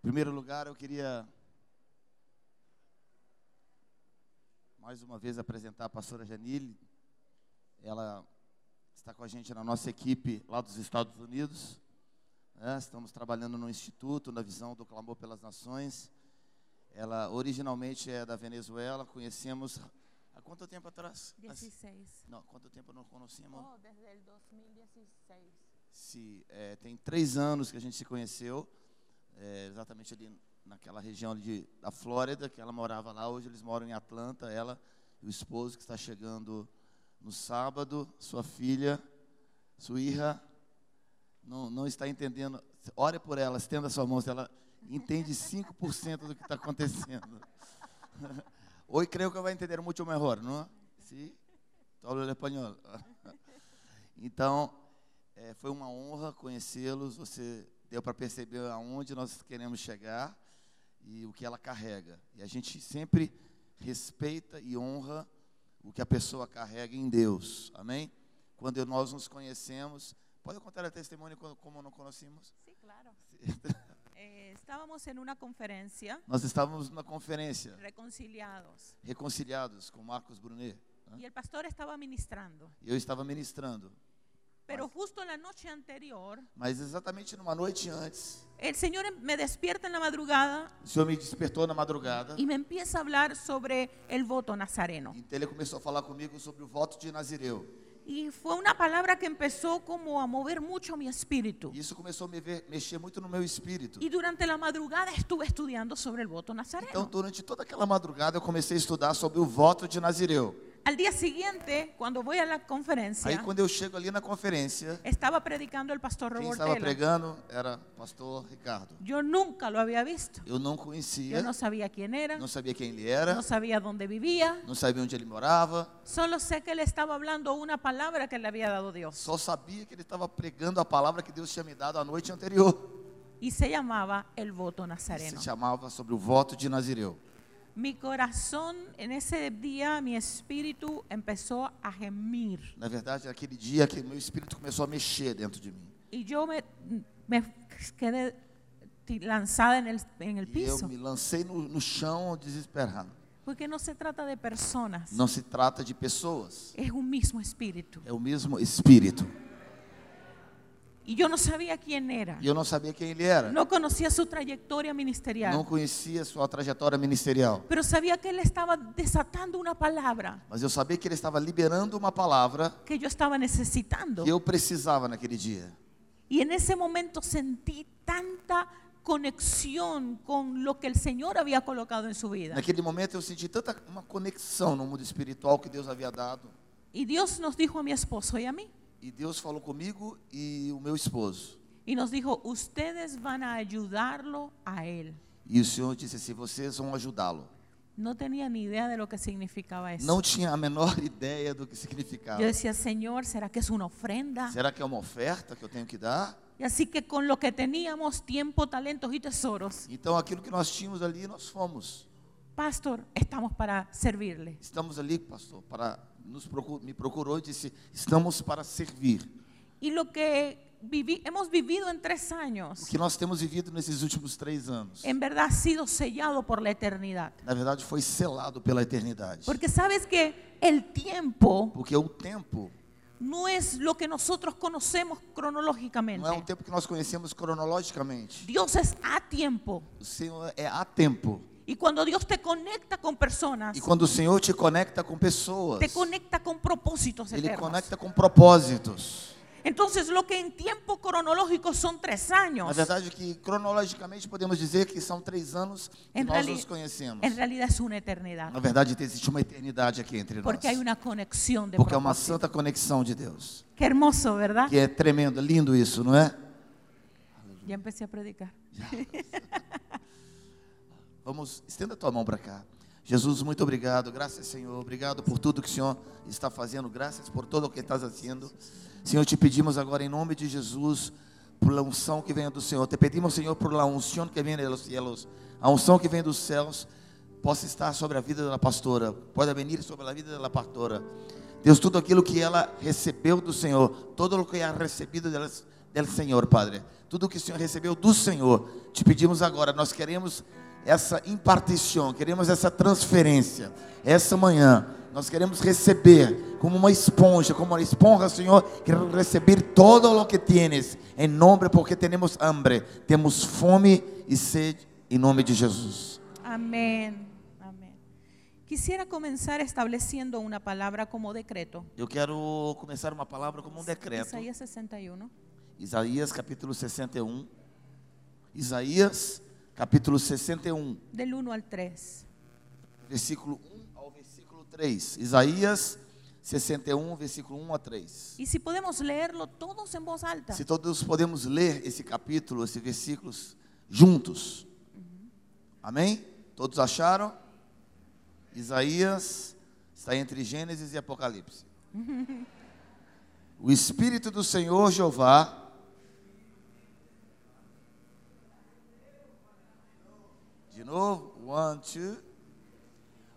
primeiro lugar, eu queria mais uma vez apresentar a pastora Janile. Ela está com a gente na nossa equipe lá dos Estados Unidos. né? Estamos trabalhando no Instituto, na visão do Clamor pelas Nações. Ela originalmente é da Venezuela, conhecemos há quanto tempo atrás? 16. Não, quanto tempo não conhecemos? Oh, desde el 2016. se é, tem três anos que a gente se conheceu, é, exatamente ali naquela região ali de, da Flórida, que ela morava lá. Hoje eles moram em Atlanta, ela e o esposo que está chegando no sábado, sua filha, sua irra, não, não está entendendo. Ore por ela, estenda sua mão, se ela entende 5% do que está acontecendo. Hoy creo que vai entender muito melhor, não? é? Sim? Tu hablas espanhol. Então, é, foi uma honra conhecê-los. Você deu para perceber aonde nós queremos chegar e o que ela carrega. E a gente sempre respeita e honra o que a pessoa carrega em Deus. Amém? Quando nós nos conhecemos, pode contar a testemunha quando- como nos conhecemos? Sí, claro. Eh, estábamos en una conferencia, Nós estávamos numa conferência, reconciliados, reconciliados com Marcos Brunet. né? y el pastor estaba ministrando. E eu estava ministrando. Pero justo la noche anterior, Mas exatamente numa noite antes, el Señor em- me despierta en la madrugada o Senhor me despertou na madrugada. y me empieza a hablar sobre el voto nazareno. Então ele começou a falar comigo sobre o voto de Nazireu. Y fue una palabra que empezó como a mover mucho mi espíritu. E isso começou a me ver- mexer muito no meu espírito. Y durante la madrugada estuve estudiando sobre el voto Então, nazareno. durante toda aquela madrugada, eu comecei a estudar sobre o voto de Nazireu. Al día siguiente, cuando voy a la Aí, conferencia, quando eu chego ali na conferência, estaba predicando el pastor quem estava Robortela. pregando era o pastor Ricardo. Yo nunca lo había visto. Eu não Yo conhecia, no sabía quién era, não sabia quem ele era, no sabía dónde vivía. não sabia onde ele morava, Solo sé que él estaba hablando una palabra que le había dado Dios. só sabia que ele estava pregando a palavra que Deus tinha me dado a noite anterior. Y se llamaba el voto Que nazareno. se chamava sobre o voto de Nazireu. Mi corazón en ese día, mi espíritu empezó a gemir. Na verdade, naquele dia que meu espírito começou a mexer dentro de mim. Y yo me, me quedé ti- lanzada en el, en el E eu piso. me lancei no, no chão desesperado. Porque no se trata de personas, Não se trata de pessoas, es un mismo espíritu. é o mesmo espírito. Y yo no sabía quién era. E eu não sabia quem ele era. No conocía su trayectoria Não ministerial. conhecia sua trajetória ministerial, Pero sabía que él estaba desatando una palabra mas eu sabia que ele estava liberando uma palavra que yo estaba necesitando. que eu precisava naquele dia. Y en ese momento sentí tanta conexión con lo que el Señor había colocado en su vida. Naquele momento eu senti tanta uma conexão no mundo espiritual que Deus havia dado, Y Dios nos dijo a mi esposo y a mí. e Deus falou comigo e o meu esposo. Y nos dijo, ustedes van a ayudarlo a él. E o Senhor disse assim: "Vocês vão ajudá-lo". No tenía ni idea de lo que significaba eso. Não tinha a menor ideia do que significava. Yo decía, Señor, ¿será que es una ofrenda? Será que é uma oferta que eu tenho que dar? Y así que con lo que teníamos, tiempo, talentos y tesoros, Então aquilo que nós tínhamos ali, nós fomos. Pastor, estamos para servirle. Estamos ali, pastor, para nos procu- me procurou e disse: "Estamos para servir". Y lo que vivi- hemos vivido en tres O años, que nós temos vivido nesses últimos três anos, en verdad ha sido sellado por la eternidad. na verdade, foi selado pela eternidade. Porque sabes que el tiempo Porque o tempo no es lo que nosotros conocemos não é um cronológicamente. tempo que nós conhecemos cronologicamente. Dios es a tiempo. O Senhor é a tempo. Y cuando Dios te conecta con personas, E quando o Senhor te conecta com pessoas, te conecta né, con propósitos ele eternos. conecta com propósitos. Entonces, lo que en tiempo cronológico son tres Na años, verdade, que cronologicamente podemos dizer que são três anos que en, nós reali- nos conhecemos. en realidad es una eternidad. Na verdade, existe uma eternidade aqui entre nós. Porque hay una conexión de Porque é uma propósito. santa conexão de Deus. Qué hermoso, ¿verdad? Que é tremendo, lindo isso, não é? Ya empecé a predicar. Vamos, estenda tua mão para cá. Jesus, muito obrigado. Graças, Senhor. Obrigado por tudo que o Senhor está fazendo. Graças por tudo o que estás fazendo. Senhor, te pedimos agora em nome de Jesus por la unção que venha do Senhor. Te pedimos, Senhor, por la unção que vem dos céus. A unção que vem dos céus possa estar sobre a vida da pastora. Pode venir sobre a vida da pastora. Deus, tudo aquilo que ela recebeu do Senhor, todo o que ela é recebido delas del Senhor, Padre. Tudo o que o Senhor recebeu do Senhor, te pedimos agora. Nós queremos essa impartição, queremos essa transferência. Essa manhã, nós queremos receber como uma esponja, como uma esponja, Senhor. Queremos receber todo o que tienes, em nome, porque temos hambre, temos fome e sede, em nome de Jesus. Amén. Amén. Quisiera comenzar estableciendo una palabra como decreto. Eu quero começar uma palavra como um decreto. Isaías 61. Isaías capítulo 61. Isaías capítulo 61, Del 1 al 3. versículo 1 ao versículo 3. Isaías 61, versículo 1 a 3. Y si podemos leerlo todos en voz alta. Se todos podemos ler esse capítulo, esses versículos juntos. Amém? Todos acharam? Isaías está entre Gênesis e Apocalipse. o Espírito do Senhor Jeová. De novo, one, two.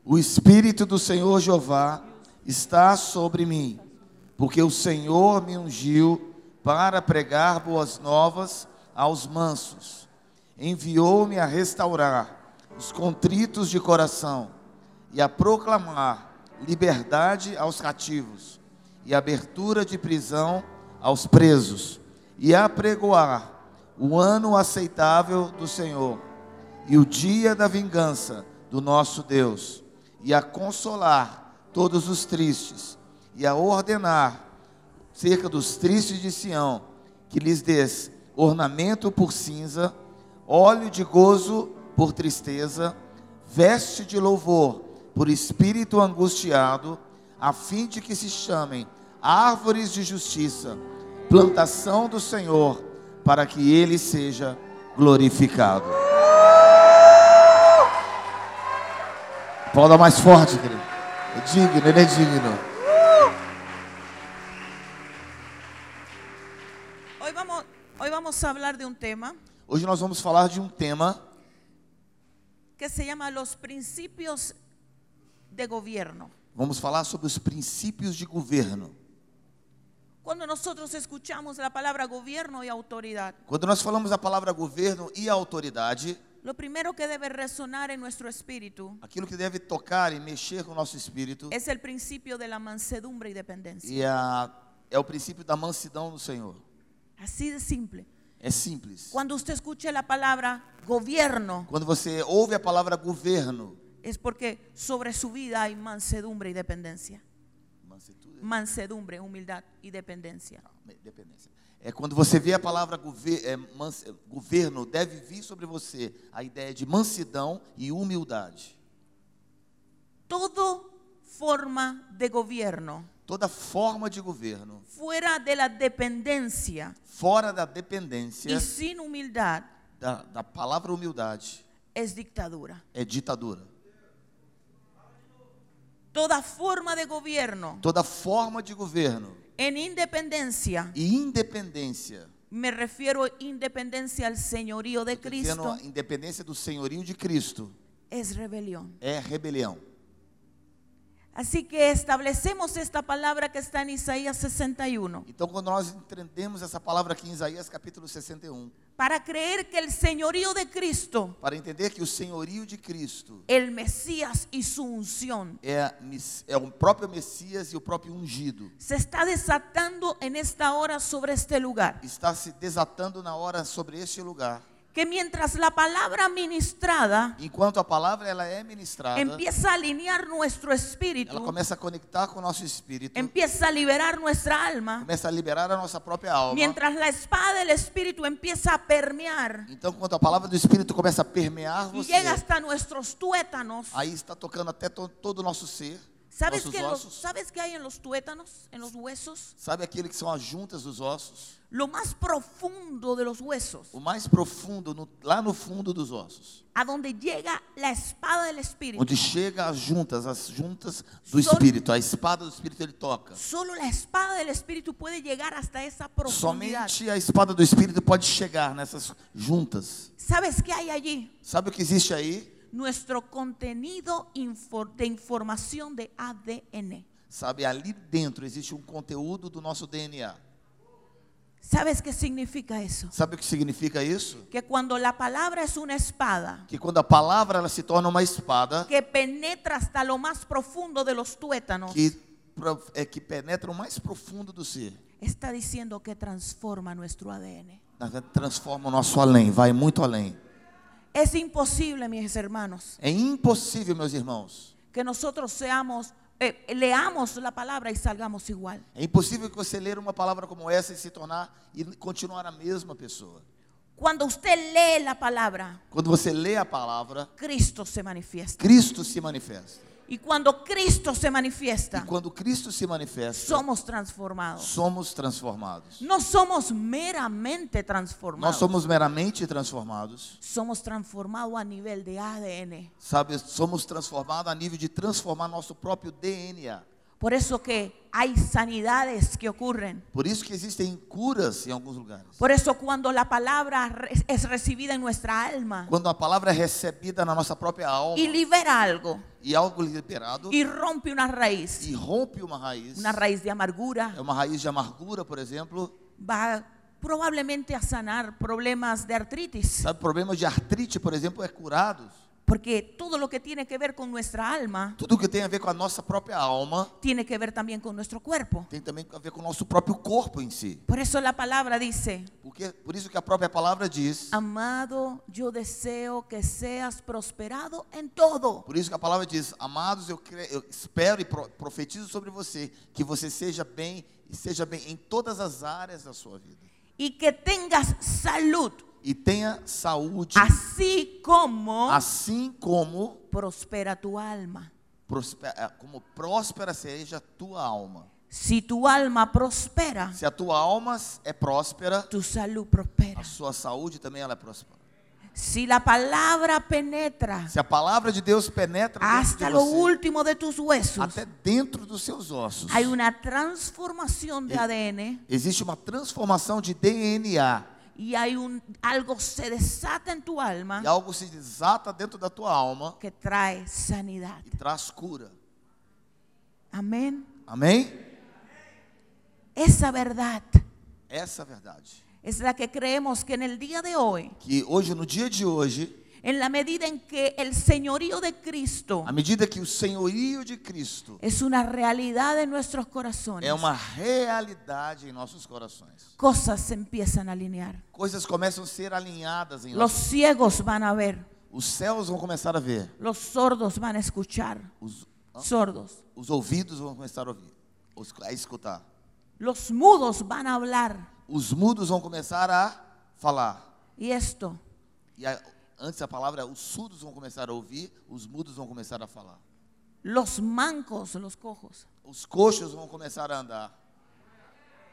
O Espírito do Senhor Jeová está sobre mim, porque o Senhor me ungiu para pregar boas novas aos mansos. Enviou-me a restaurar os contritos de coração e a proclamar liberdade aos cativos e abertura de prisão aos presos e a pregoar o ano aceitável do Senhor e o dia da vingança do nosso Deus, e a consolar todos os tristes, e a ordenar cerca dos tristes de Sião, que lhes des ornamento por cinza, óleo de gozo por tristeza, veste de louvor por espírito angustiado, a fim de que se chamem árvores de justiça, plantação do Senhor, para que ele seja glorificado. Aplauda mais forte, querido. É digno, ele é digno. Hoy vamos, hoy vamos a hablar de un tema Hoje nós vamos falar de um tema que se llama los principios de gobierno. Vamos falar sobre os princípios de governo. Cuando nosotros escuchamos la palabra gobierno y autoridad, Quando nós falamos a palavra governo e autoridade, lo primero que debe resonar en nuestro espíritu aquilo que deve tocar e mexer com o nosso espírito es el principio de la mansedumbre y dependencia. e a- é o princípio da mansidão do Senhor. Así de simple. É simples. Cuando usted escuche la palabra gobierno, Quando você ouve a palavra governo, es porque sobre su vida hay mansedumbre y dependencia. mansitude, Mansedumbre, humildad y dependencia. dependência. É quando você vê a palavra gover- é, mans- é, governo, deve vir sobre você a ideia de mansidão e humildade. Todo forma de gobierno toda forma de governo fuera de la dependencia fora da y dependência sin humildad da, da palavra humildade es dictadura. é ditadura. Toda forma de gobierno Toda forma de governo en independencia, e independência, me refiero a independencia al señorío de dizendo Cristo, a independência do senhorio de Cristo, es rebelión. é rebelião. Así que establecemos esta palabra que está en Isaías 61 Então, quando nós entendemos essa palavra aqui em Isaías capítulo 61, para creer que el señorío de Cristo, para entender que o senhorio de Cristo el Mesías y su unción é, a mis- é o próprio Messias e o próprio ungido, se está desatando en esta hora sobre este lugar. está se desatando na hora sobre este lugar. Que mientras la palabra ministrada Enquanto a palavra ela é ministrada, empieza a alinear nuestro Ela espíritu, começa a conectar com o nosso espírito, empieza a liberar nuestra alma, começa a liberar a nossa própria alma. mientras la espada del espíritu empieza a permear Então, quando a palavra do espírito começa a permear y você, llega hasta nuestros tuétanos. aí está tocando até to- todo o nosso ser, ¿Sabes nossos qué, los- ossos. ¿Sabes qué hay en los tuétanos, en los huesos? Sabe aquele que são as juntas dos ossos? Lo más profundo de los huesos, O mais profundo, no- lá no fundo dos ossos, a donde llega la espada del espíritu. onde chega as juntas, as juntas do Só- espírito, a espada do espírito ele toca. Solo la espada del espíritu puede llegar hasta esa profundidad. Somente a espada do espírito pode chegar nessas juntas. ¿Sabes qué hay allí? Sabe o que existe aí? Nuestro contenido infor- de información de ADN. Sabe, ali dentro existe um conteúdo do nosso DNA. ¿Sabes qué significa eso? Sabe o que significa isso? Que cuando la palabra es una espada Que quando a palavra ela se torna uma espada que penetra hasta lo más profundo de los tuétanos, que, pro- é, que penetra o mais profundo do ser, está diciendo que transforma nuestro ADN. na verdade, é, transforma o nosso além, vai muito além. Es imposible, mis hermanos, É impossível, meus irmãos. que nosotros seamos, eh, leamos la palabra y salgamos igual. É impossível que você ler uma palavra como essa e se tornar e continuar a mesma pessoa. Cuando usted lee la palabra, Quando você lê a palavra, Cristo se manifiesta. Cristo se manifesta. Y cuando Cristo se E manifiesta, quando Cristo se manifesta, somos transformados. somos transformados. No somos meramente Nós transformados. somos meramente transformados. Somos transformados a nivel de ADN. Sabe, somos transformados a nível de transformar nosso próprio DNA. Por eso que hay sanidades que ocurren. Por isso que existem curas em alguns lugares. Por eso cuando la palabra re- es recibida en nuestra alma Quando a palavra é recebida na nossa própria alma y libera algo e algo liberado y rompe una raíz, e rompe uma raiz, una raíz de amargura, é uma raiz de amargura, por exemplo, va probablemente a sanar problemas de artritis. sabe, problemas de artrite, por exemplo, é curados. Porque todo lo que tiene que ver con nuestra alma Tudo que tem a ver com a nossa própria alma tiene que ver también con nuestro cuerpo. tem também a ver com o nosso próprio corpo em si. Por eso la palabra dice, Porque, por isso que a própria palavra diz, amado, yo deseo que seas prosperado en todo. por isso que a palavra diz, amados, eu, cre- eu espero e pro- profetizo sobre você que você seja bem e seja bem em todas as áreas da sua vida y que tengas salud, e tenha saúde, así como assim como prospera tu alma. prospera, como próspera seja a tua alma. Si tu alma prospera, Se a tua alma s- é próspera, tu salud prospera. a sua saúde também ela é próspera. Si la palabra penetra Se a palavra de Deus penetra hasta dentro lo de você, último de tus huesos, até dentro dos seus ossos, hay una transformación de ADN existe uma transformação de DNA y hay un algo se desata en tu e alma algo se desata dentro da tua alma que trae sanidad. e traz cura. Amén. Amém? Esa verdad Essa é a verdade. es la que creemos que en el día de hoy Que hoje, no dia de hoje, En la medida en que el señorío de Cristo à medida que o senhorio de Cristo es una realidad en nuestros corazones, é uma realidade em nossos corações. cosas se empiezan a alinear. Coisas começam a ser alinhadas em Los nós. ciegos van a ver, Os céus vão começar a ver. los sordos van a escuchar, Os, sordos. os ouvidos vão começar a ouvir, os- a escutar. Los mudos van a hablar. Os mudos vão começar a falar. Y esto E a, antes a palavra, os surdos vão começar a ouvir, os mudos vão começar a falar. los mancos, los cojos. Os coxos vão começar a andar.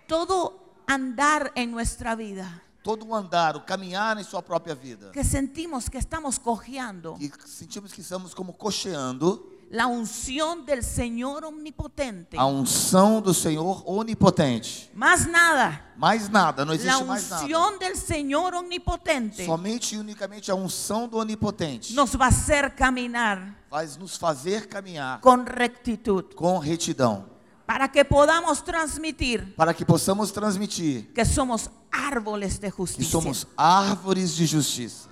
Todo andar en nuestra vida Todo o andar, o caminhar em sua própria vida. que sentimos que estamos cojeando, E sentimos que estamos como cocheando la unción del Señor omnipotente. a unção do Senhor onipotente. Más nada. Mais nada, não La existe mais nada. unción del Señor omnipotente Somente e unicamente a unção do onipotente nos va a hacer caminar vai nos fazer caminhar con rectitud com retidão. para que podamos transmitir para que possamos transmitir que somos árboles de que justicia. somos árvores de justiça.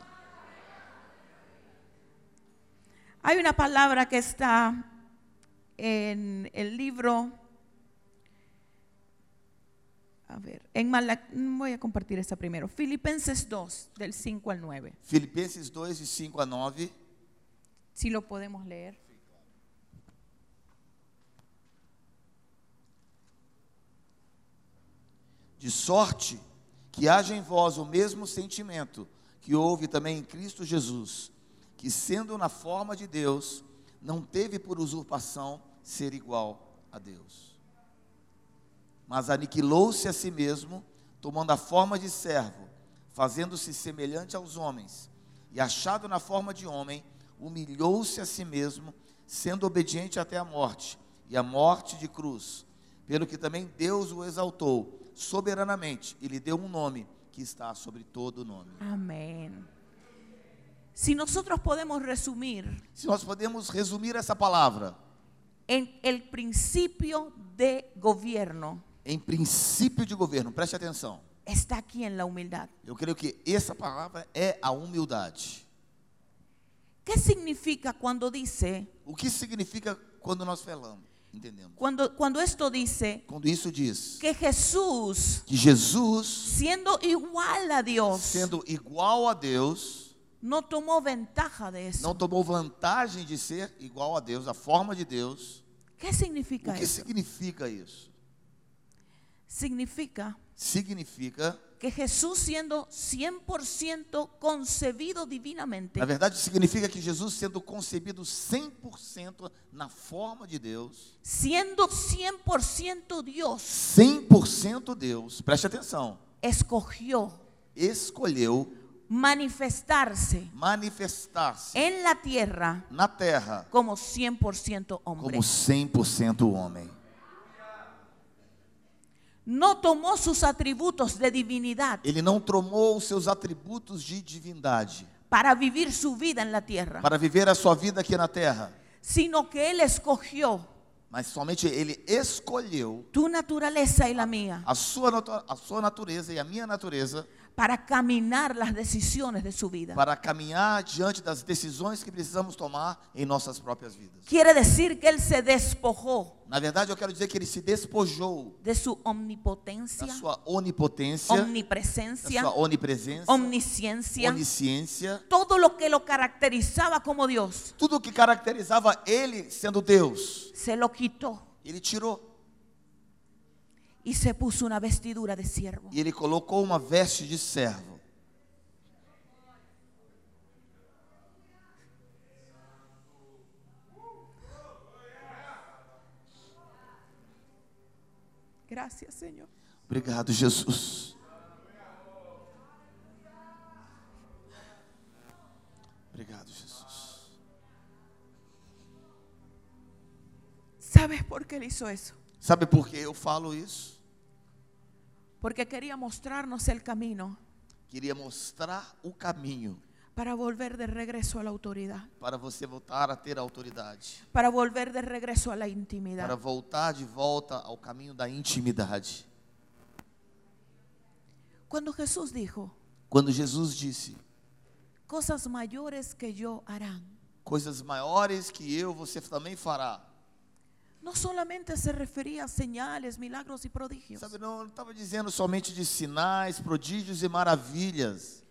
Hay una palabra que está en el libro, a ver, en Mala- voy a compartir esta primero, Filipenses 2, del 5 al 9, Filipenses 2, de 5 a 9. si lo podemos leer. De sorte que haja em vós o mesmo sentimento que houve também em Cristo Jesus, que sendo na forma de Deus, não teve por usurpação ser igual a Deus. Mas aniquilou-se a si mesmo, tomando a forma de servo, fazendo-se semelhante aos homens, e achado na forma de homem, humilhou-se a si mesmo, sendo obediente até a morte, e a morte de cruz. Pelo que também Deus o exaltou soberanamente e lhe deu um nome que está sobre todo nome. Amén. Si nosotros podemos resumir Se nós podemos resumir essa palavra en el principio de gobierno em princípio de governo, preste atenção. está aquí en la humildad. Eu creio que essa palavra é a humildade. ¿Qué significa cuando dice, O que significa quando nós falamos? Entendemos. cuando, cuando esto dice Quando isso diz que Jesús, que Jesus, siendo igual a Dios, sendo igual a Deus, no tomó ventaja de eso? não tomou vantagem de ser igual a Deus, a forma de Deus. ¿Qué significa O que eso? significa isso? Significa Significa, que Jesús siendo 100% concebido divinamente, na verdade, significa que Jesus sendo concebido 100% na forma de Deus, siendo 100% Dios, 100% Deus, preste atenção, escogió escolheu manifestarse manifestar-se en la tierra na terra como 100% hombre. como 100% homem. No tomó sus atributos de divinidad Ele não tomou os seus atributos de divindade para vivir su vida en la tierra, para viver a sua vida aqui na terra, sino que Él escogió mas somente ele escolheu tu naturaleza y la mía a sua, natu- a sua natureza e a minha natureza para caminar las decisiones de su vida. para caminhar diante das decisões que precisamos tomar em nossas próprias vidas. Quiere decir que Él se despojó Na verdade, eu quero dizer que ele se despojou de su da omnipotencia, sua onipotência, da omnipresencia, sua onipresença, omnisciencia, onisciência, todo lo que lo caracterizaba como Dios, tudo o que caracterizava ele sendo Deus, se lo quitó ele tirou y se puso una vestidura de siervo. e ele colocou uma veste de servo. Gracias, Señor. Obrigado, Jesus. Obrigado, Jesus. ¿Sabes por quê Él hizo eso? Sabe por que eu falo isso? Porque quería mostrarnos el camino Queria mostrar o caminho para volver de regreso a la autoridad, para você voltar a ter autoridade, para volver de regreso a la para intimidad. voltar de volta ao caminho da intimidade. Cuando Jesús dijo, Quando Jesus disse: cosas mayores que yo harán, "Coisas maiores que eu você também fará". no solamente se refería a señales, milagros y prodigios. Sabe, não não estava dizendo somente de sinais, prodígios e maravilhas.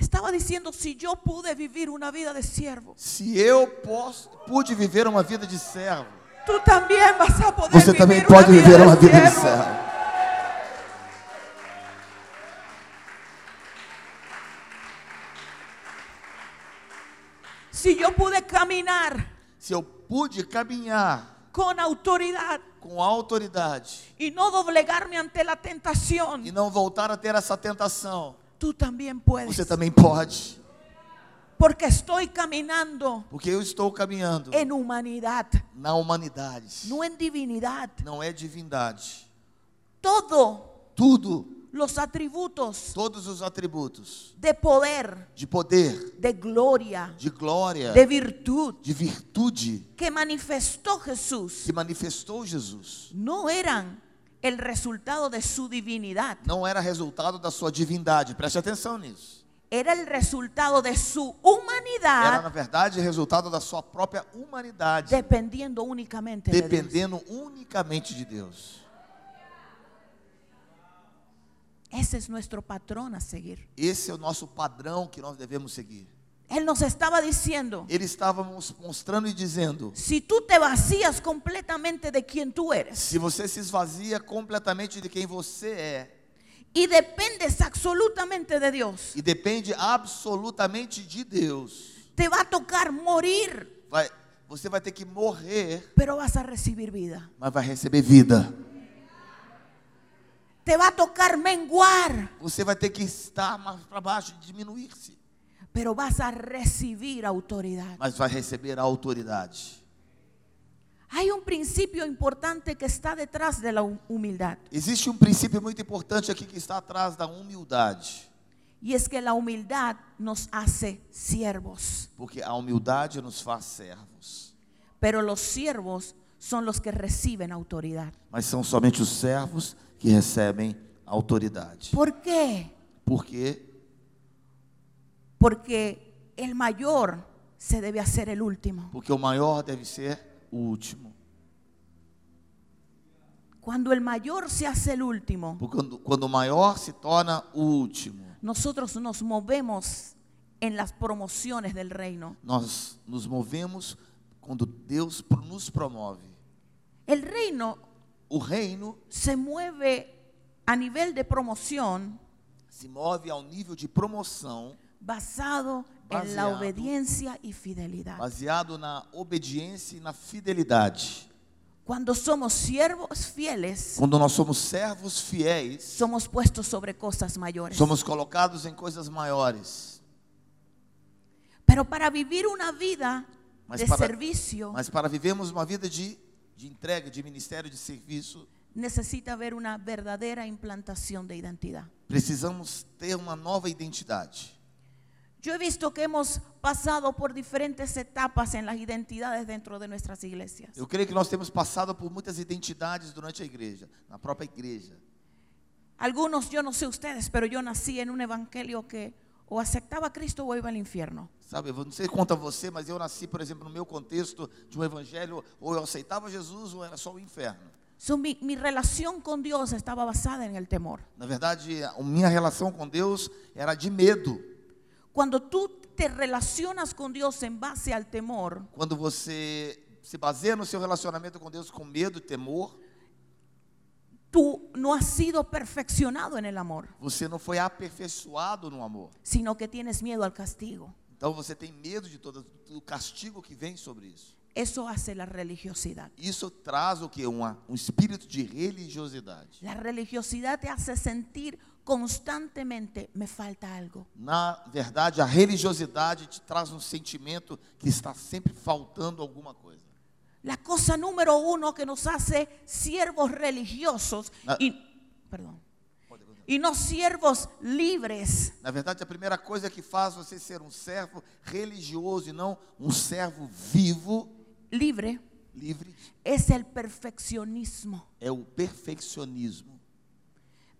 Estaba diciendo, si yo pude vivir una vida de siervo, Se eu posso, pude viver uma vida de servo, tú también vas a poder você vivir também una pode vida viver de uma vida de siervo. servo. Si yo pude caminar Se eu pude caminhar con autoridad com autoridade y no doblegarme ante la tentación, e não voltar a ter essa tentação, tú también puedes. você também pode, Porque estoy caminando porque eu estou caminhando en humanidad, na humanidade, no en divinidad. não é divindade. Todos Tudo, los atributos todos os atributos de poder, de poder, de gloria, de glória, de virtud de virtude que manifestó Jesús que manifestou Jesus no eran el resultado de su divinidad, não era resultado da sua divindade. Preste atenção nisso. era el resultado de su Era na humanidad verdade resultado da sua própria humanidade. dependiendo únicamente de Dios. dependendo unicamente de Deus. Ese es nuestro patrón a seguir. Esse é o nosso padrão que nós devemos seguir. Él nos estaba diciendo, Ele estava nos mostrando e dizendo: si tú te vacías completamente de quien tú eres se você se esvazia completamente de quem você é y dependes absolutamente de Dios, e depende absolutamente de Deus, te va a tocar morir, vai, você vai ter que morrer, pero vas a recibir vida. mas vai receber vida. Te va a tocar menguar, Você vai ter que estar mais para baixo, diminuir-se, pero vas a recibir autoridad. mas vai receber a autoridade. Hay un principio importante que está detrás de la hum- humildad Existe um princípio muito importante aqui que está atrás da humildade, y es que la humildad nos hace siervos, porque a humildade nos faz servos. pero los siervos son los que reciben autoridad. mas são somente os servos que recebem a autoridade. ¿Por qué? Porque Porque el mayor se debe hacer el último. porque o maior deve ser o último. Cuando el mayor se hace el último, Porque quando, quando o maior se torna o último, nosotros nos movemos en las promociones del reino. nós nos movemos quando Deus pro- nos promove. El reino O reino se mueve a nivel de promoción se move ao nível de promoção basado en la Baseado. obediencia y fidelidad. baseado na obediência e na fidelidade. Cuando somos siervos fieles, Quando nós somos servos fiéis, somos puestos sobre cosas mayores. somos colocados em coisas maiores. Pero para vivir una vida Mas de para- servicio, Mas para vivermos uma vida de, de entrega, de ministério, de serviço, necesita haber una verdadera implantación de identidad. precisamos ter uma nova identidade. Yo he visto que hemos pasado por diferentes etapas en las identidades dentro de nuestras iglesias. Eu creio que nós temos passado por muitas identidades durante a igreja, na própria igreja. Algunos, yo no sé ustedes, pero yo nací en un evangelio que o aceptava a Cristo o iba al infierno. Sabe, eu não sei quanto a você, mas eu nasci, por exemplo, no meu contexto de um evangelho, ou eu aceitava Jesus ou era só o inferno. So, mi, mi relación con Dios estaba basada en el temor. Na verdade, a minha relação com Deus era de medo. Cuando tú te relacionas con Dios en base al temor, Quando você se baseia no seu relacionamento com Deus com medo e temor, tú no has sido perfeccionado en el amor, você não foi aperfeiçoado no amor. sino que tienes miedo al castigo. Então você tem medo de todo do castigo que vem sobre isso. Eso hace la religiosidad. Isso traz o que? um espírito de religiosidade. La religiosidad te hace sentir constantemente, me falta algo. Na verdade, a religiosidade te traz um sentimento que está sempre faltando alguma coisa. La cosa número uno que nos hace siervos religiosos Ah. y, perdón, y no siervos libres Na verdade, a primeira coisa que faz você ser um servo religioso e não um servo vivo, libre livre, es el perfeccionismo. é o perfeccionismo.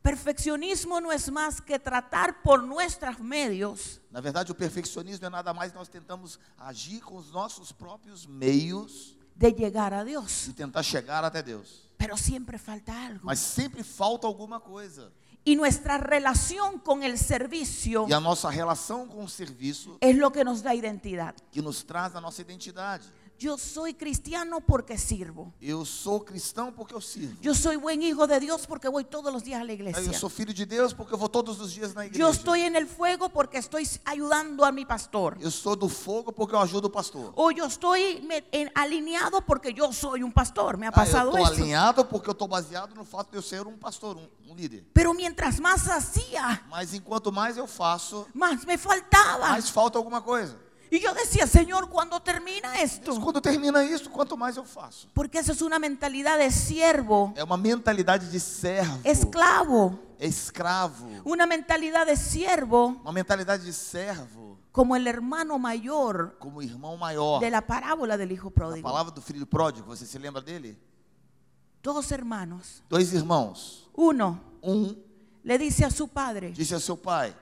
Perfeccionismo no es más que tratar por nuestros medios Na verdade, o perfeccionismo é nada mais nós tentamos agir com os nossos próprios meios de llegar a e Dios, tentar chegar até Deus. pero siempre falta algo. Mas sempre falta alguma coisa. Y nuestra relación con el servicio E a nossa relação com o serviço es lo que nos da identidad. que nos traz a nossa identidade. Yo soy cristiano porque sirvo. Eu sou cristão porque eu sirvo. Yo soy buen hijo de Dios porque voy todos los días a la Eu iglesia. sou filho de Deus porque eu vou todos os dias na igreja. Yo estoy en el fuego porque estoy ayudando a mi pastor. Eu sou do fogo porque eu ajudo o pastor. O yo estoy me- en- alineado porque yo soy un pastor. Me ha Ah, eu pasado estou eso. alinhado porque eu estou baseado no fato de eu ser um pastor, um, um líder. Pero mientras más hacía, Mas enquanto mais eu faço, más me faltaba. mais falta alguma coisa. Y yo decía, Señor, ¿cuándo termina Mas esto? quando termina isso, quanto mais eu faço. Porque esa es una mentalidad de siervo, É uma mentalidade de servo, esclavo. é escravo. Una mentalidad de siervo Uma mentalidade de servo como el hermano mayor como irmão maior. de la parábola del hijo A pródigo. palavra do filho pródigo, você se lembra dele? Dos hermanos. Dois irmãos. Uno Um le dice a su padre, disse ao seu pai: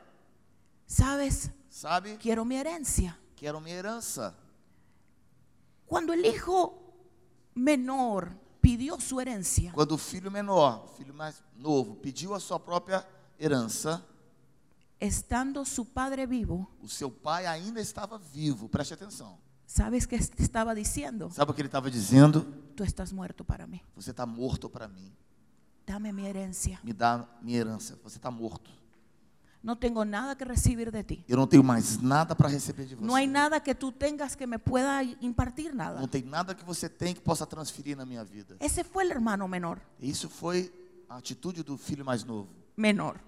sabes, Sabe, quiero mi herencia. quero minha herança. Cuando el hijo menor pidió su herencia, Quando o filho menor, o filho mais novo, pediu a sua própria herança, estando su padre vivo, o seu pai ainda estava vivo. Preste atenção. ¿sabes qué est- estaba diciendo? Sabe o que ele estava dizendo? Tú estás muerto para mí. Você está morto para mim. Dame mi herencia. Me dá minha herança. Você está morto. No tengo nada que recibir de ti. Eu não tenho mais nada para receber de você. No hay nada que tú tengas que me pueda impartir Não nada. tem nada que você tem que possa transferir na minha vida. Ese fue el hermano menor. Isso foi a atitude do filho mais novo. Menor.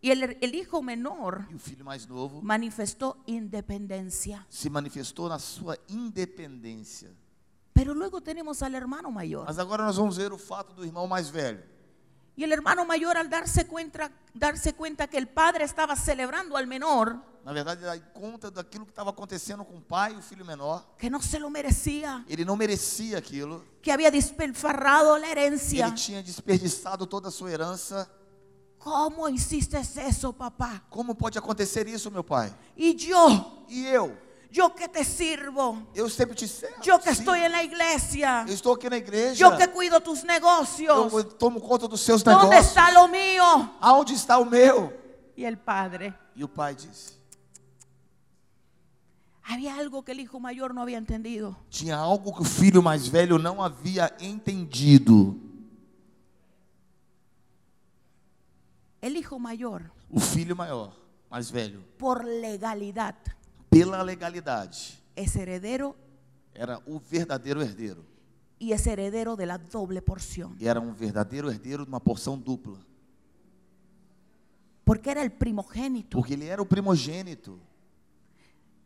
Y el, el hijo menor E o filho mais novo manifestó independencia. se manifestou na sua independência. Pero luego tenemos al hermano mayor. Mas agora nós vamos ver o fato do irmão mais velho. Y el hermano mayor al darse cuenta, darse cuenta que el padre estaba celebrando al menor, Na verdade, dá conta daquilo que estava acontecendo com o pai e o filho menor. que no se lo merecía, Ele não merecia aquilo. que había despilfarrado la Ele herencia, tinha desperdiçado toda a sua herança. ¿Cómo hiciste eso, papá? Como pode acontecer isso, meu pai? Y yo, E eu? yo que te sirvo, Eu sempre te servo. yo que sim. estoy en la iglesia, Eu estou aqui na igreja. yo que cuido tus negocios, eu tomo conta dos seus ¿dónde negócios. está lo mío? Aonde está o meu? Y el padre, E o pai disse: había algo que el hijo mayor no había entendido. Tinha algo que o filho mais velho não havia entendido. El hijo mayor, O filho maior, mais velho, por legalidad, pela legalidade, es heredero era o verdadeiro herdeiro. y es heredero de la doble porción, E era um verdadeiro herdeiro de uma porção dupla. porque era el primogénito. Porque ele era o primogênito.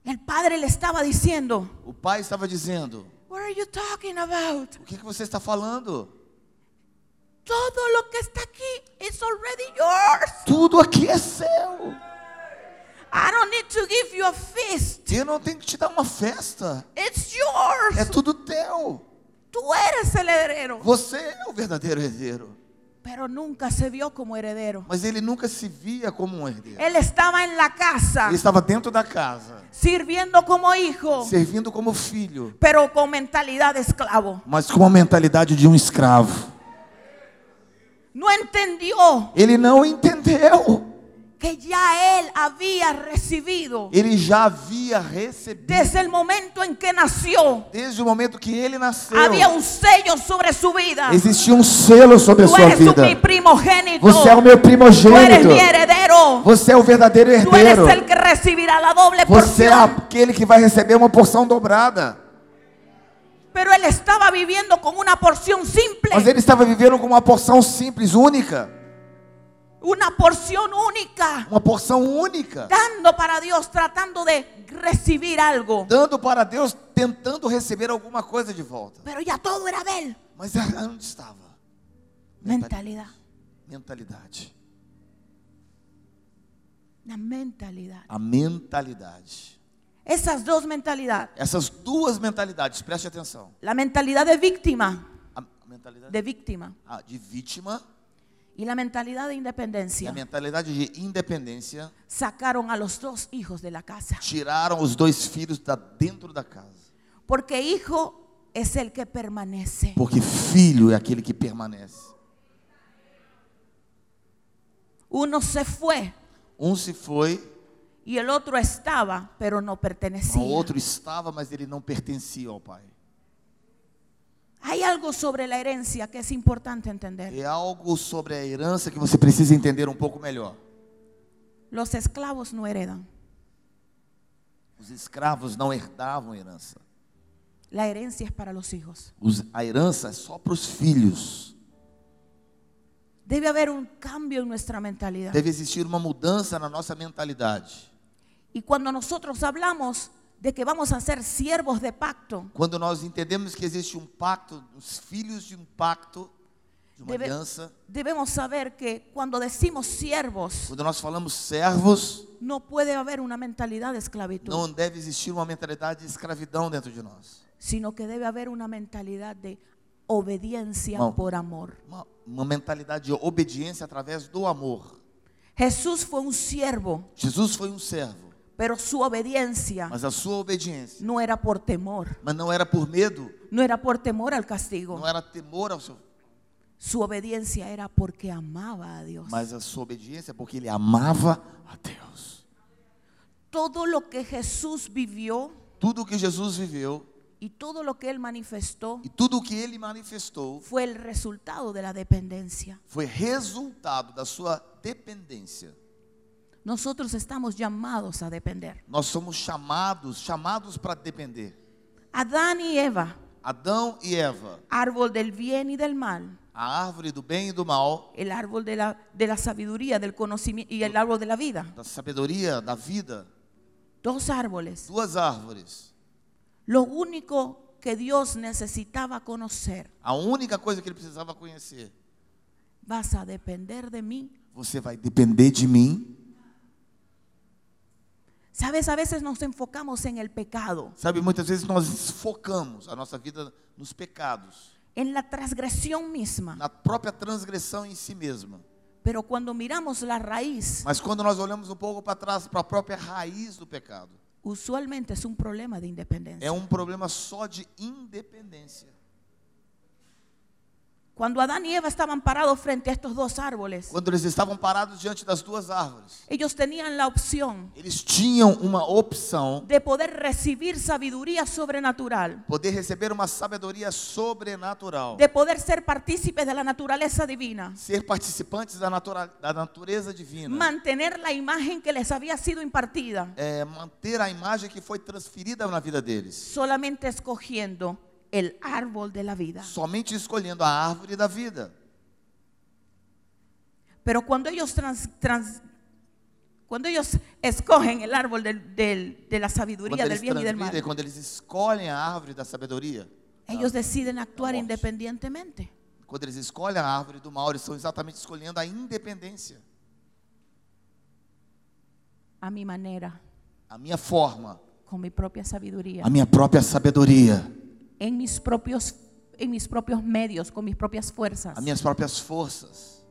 El padre le estaba diciendo, O pai estava dizendo: What are you talking about? O que, que você está falando? Todo lo que está aquí is already yours. Tudo aqui é seu. I don't need to give you a feast. Eu não tenho que te dar uma festa. It's É yours. tudo teu. Tú eres el heredero. Você é o verdadeiro herdeiro. Pero nunca se vio como heredero. Mas ele nunca se via como um herdeiro. Él estaba en la casa Ele estava dentro da casa, sirviendo como hijo, servindo como filho, pero con mentalidad de esclavo. mas com a mentalidade de um escravo. No entendió Ele não entendeu. que ya él había recibido Ele já havia recebido. desde el momento en que nació. Desde o momento que ele nasceu, Había un sello sobre su vida. existia um selo sobre a Tú sua eres vida. mi primogénito. Você é o meu Tú eres primogênito. mi heredero. Você é o verdadeiro Tú eres herdeiro. el que recibirá la doble Você é porción. aquele que vai receber uma porção dobrada. Pero él estaba viviendo con una porción Mas simple, ele estava vivendo com uma porção simples, única. una porción única, Uma porção única. dando para Dios, tratando de recibir algo. Dando para Deus, tentando receber alguma coisa de volta. Pero ya todo era de él. Mas era onde estava? Mentalidad, Mentalidade. la mentalidad. A mentalidade. Esas dos mentalidades, Essas duas mentalidades, preste atenção. la mentalidad de víctima, A a mentalidade de víctima, ah, de vítima y la mentalidad de e a independencia, mentalidade de independência sacaron a los dos hijos de la casa. tiraram os dois filhos da dentro da casa. Porque hijo es el que permanece. Porque filho é aquele que permanece. Uno se fue Um se foi, y el otro estaba, pero no o pertenecía. outro estava, mas ele não pertencia ao pai. Hay algo sobre la herencia que es importante entender. É algo sobre a herança que você precisa entender um pouco melhor. Los esclavos no heredan. Os escravos não herdavam herança. La herencia es para los hijos. Os- a herança é só para os filhos. Debe haber un cambio en nuestra mentalidad. Deve existir uma mudança na nossa mentalidade. Y cuando nosotros hablamos de que vamos a ser siervos de pacto, Quando nós entendemos que existe um pacto, os filhos de um pacto, de uma Deve- aliança, debemos saber que cuando decimos siervos, quando nós falamos servos, no puede haber una mentalidad de esclavitud, não deve existir uma mentalidade de escravidão dentro de nós. sino que debe haber una mentalidad de obediencia No. por amor. Uma, uma mentalidade de obediência através do amor. Jesús fue un siervo, Jesus foi um servo, pero su obediencia mas a sua obediência, no era por temor, mas não era por medo, no era por temor al castigo. não era temor ao seu, Su obediencia era porque amaba a Dios. mas a sua obediência porque ele amava a Deus. Todo lo que Jesús vivió Tudo o que Jesus viveu y todo lo que él manifestó e tudo o que ele manifestou fue el resultado de la dependencia. foi resultado da sua dependência. Nosotros estamos llamados a depender. Nós somos chamados, chamados para depender. Adán y Eva, Adão e Eva, árbol del bien y del mal, a árvore do bem e do mal, el árbol de la, de la sabiduría, del conocimiento y el árbol de la vida. da sabedoria, da vida, Dos árboles. duas árvores. Lo único que Dios necesitaba conocer, A única coisa que ele precisava conhecer. vas a depender de mí. Você vai depender de mim. Sabes, a veces nos enfocamos en el pecado. Sabe, muitas vezes nós focamos a nossa vida nos pecados, en la transgresión misma. na própria transgressão em si mesma. Pero cuando miramos la raíz, Mas quando nós olhamos um pouco para trás, para a própria raiz do pecado, usualmente es un problema de independencia. é um problema só de independência. Cuando Adán y Eva estaban parados frente a estos dos árboles, Quando eles estavam parados diante das duas árvores, ellos tenían la opción eles tinham uma opção de poder recibir sabiduría sobrenatural, poder receber uma sabedoria sobrenatural, de poder ser partícipes de la naturaleza divina, ser participantes da, natura- da natureza divina, mantener la imagen que les había sido impartida, é, manter a imagem que foi transferida na vida deles, solamente escogiendo el árbol de la vida. somente escolhendo a árvore da vida. Pero cuando ellos, trans- trans- cuando ellos escogen el árbol del- del- de la Quando sabiduría, del eles, bien y del transgridem, mal, quando eles escolhem a árvore da sabedoria, ellos deciden actuar Vamos. independientemente. quando eles escolhem a árvore do mal, eles estão exatamente escolhendo a independência, a mi manera, a minha forma, con mi propia sabiduría, a minha própria sabedoria, en mis propios en mis propios medios, con mis propias fuerzas. as minhas próprias forças.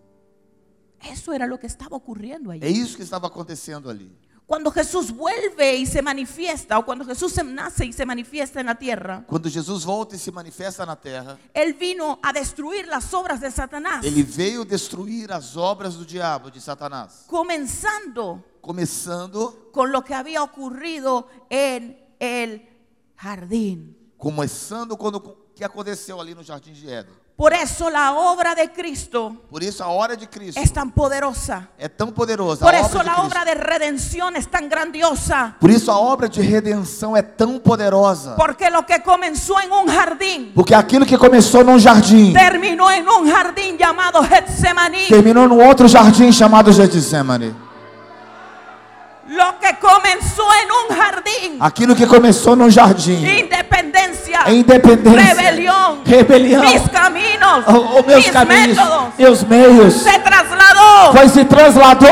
Eso era lo que estaba ocurriendo É allí. isso que estava acontecendo ali. Cuando Jesús vuelve y se manifiesta, o cuando Jesús se nace y se manifiesta en la tierra, Quando Jesus volta e se manifesta na terra, él vino a destruir las obras de Satanás, ele veio destruir as obras do diabo, de Satanás, comenzando começando con lo que había ocurrido en el jardín. começando quando o que aconteceu ali no jardim de Éden. Por eso la obra de Cristo Por isso a hora de Cristo es tan poderosa. é tão poderosa. Por a eso obra de la Cristo. obra de redención es tan grandiosa. Por isso a obra de redenção é tão poderosa. Porque lo que comenzó en un jardín Porque aquilo que começou num jardim terminó en un jardín llamado Getsemaní. terminou num outro jardim chamado Getsemane. Lo que comenzó en un jardín, Aquilo que começou num jardim independencia, é independência, rebelión, rebelião, mis caminos, ou meus mis caminhos, métodos, meus meios, se trasladó. foi se No trasladou.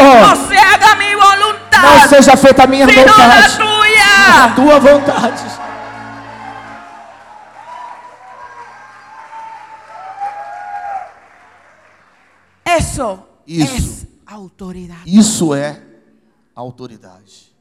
se haga mi Não voluntad, seja feita a minha sino la vontade, a tuya. tua vontade. Eso Isso. es autoridad. Isso é autoridade.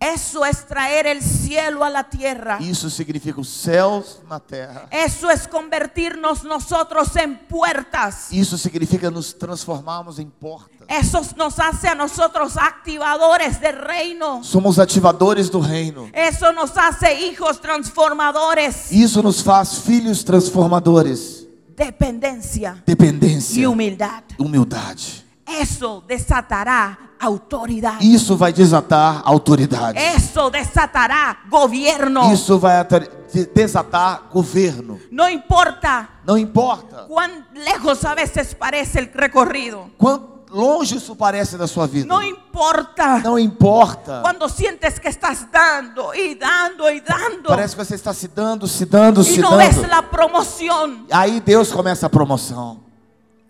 Eso es traer el cielo a la tierra. Isso significa os céus na terra. Eso es convertirnos nosotros en puertas. Isso significa nos transformarmos em portas. Eso nos hace a nosotros activadores del reino. Somos ativadores do reino. Eso nos hace hijos transformadores. Isso nos faz filhos transformadores. Dependencia Dependência. y humildad. Humildade. Eso desatará autoridad. Isso vai desatar autoridade. Eso desatará gobierno. Isso vai atar- de- desatar governo. No importa Não importa cuán lejos a veces parece el recorrido. quão longe isso parece da sua vida. No importa Não importa. cuando sientes que estás dando y dando y dando Parece que você está se dando, se dando, y se no ves dando. la promoción. Aí Deus começa a promoção.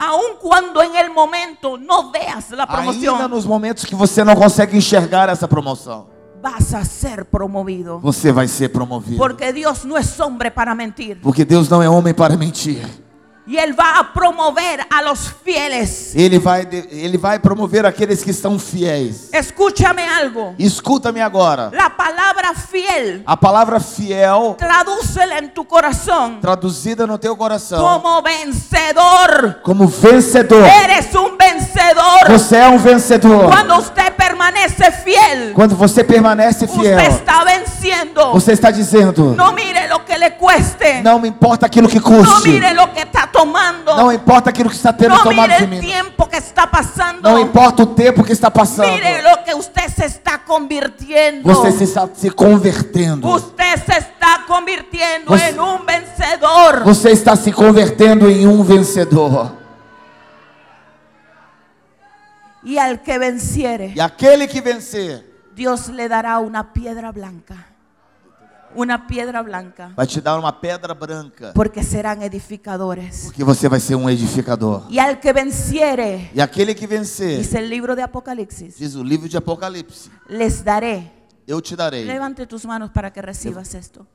Aun cuando en el momento no veas la Ainda promoción, nos momentos que você não consegue enxergar essa promoção, vas a ser promovido. você vai ser promovido. Porque Dios no es hombre para mentir. Porque Deus não é homem para mentir. Y Él va a promover a los fieles. Ele vai, de- ele vai promover aqueles que estão fiéis. Escúchame algo. Escuta-me agora. La palabra fiel, A palavra fiel, tradúcela en tu corazón traduzida no teu coração, como vencedor. como vencedor. Eres un vencedor. Você é um vencedor. Cuando usted permanece fiel, Quando você permanece usted Pues, fiel, Pues, está venciendo. você está dizendo: No mire lo que le cueste. Não me importa aquilo que No custe. mire lo que está tomando. Não importa aquilo que está tendo No tomado mire de el mim. tiempo que está pasando. Não importa o tempo que está passando. Mire lo que usted se está convirtiendo. Você se está se convertendo. Usted se está convirtiendo Você- en un vencedor. Você está se convertendo em um vencedor. Y al que venciere, E aquele que vencer Dios le dará una piedra blanca. Una piedra blanca. vai te dar uma pedra branca. Porque serán edificadores. Porque você vai ser um edificador. Y al que venciere, E aquele que vencer, dice el libro de Apocalipsis, diz o livro de Apocalipse: les daré. Eu te darei. Levante tus manos para que recibas esto.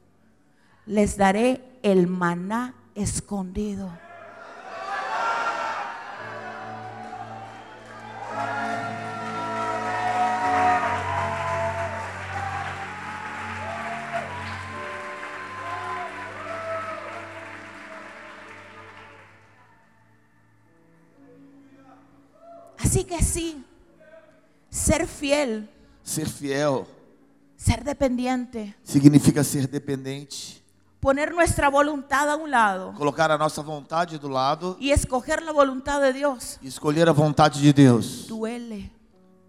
Les daré el maná escondido. sí que sí. Ser fiel, Ser fiel ser dependiente, significa ser dependente, poner nuestra voluntad a un lado colocar a nossa vontade do lado y escoger la voluntad de Dios. e escolher a vontade de Deus. Duele,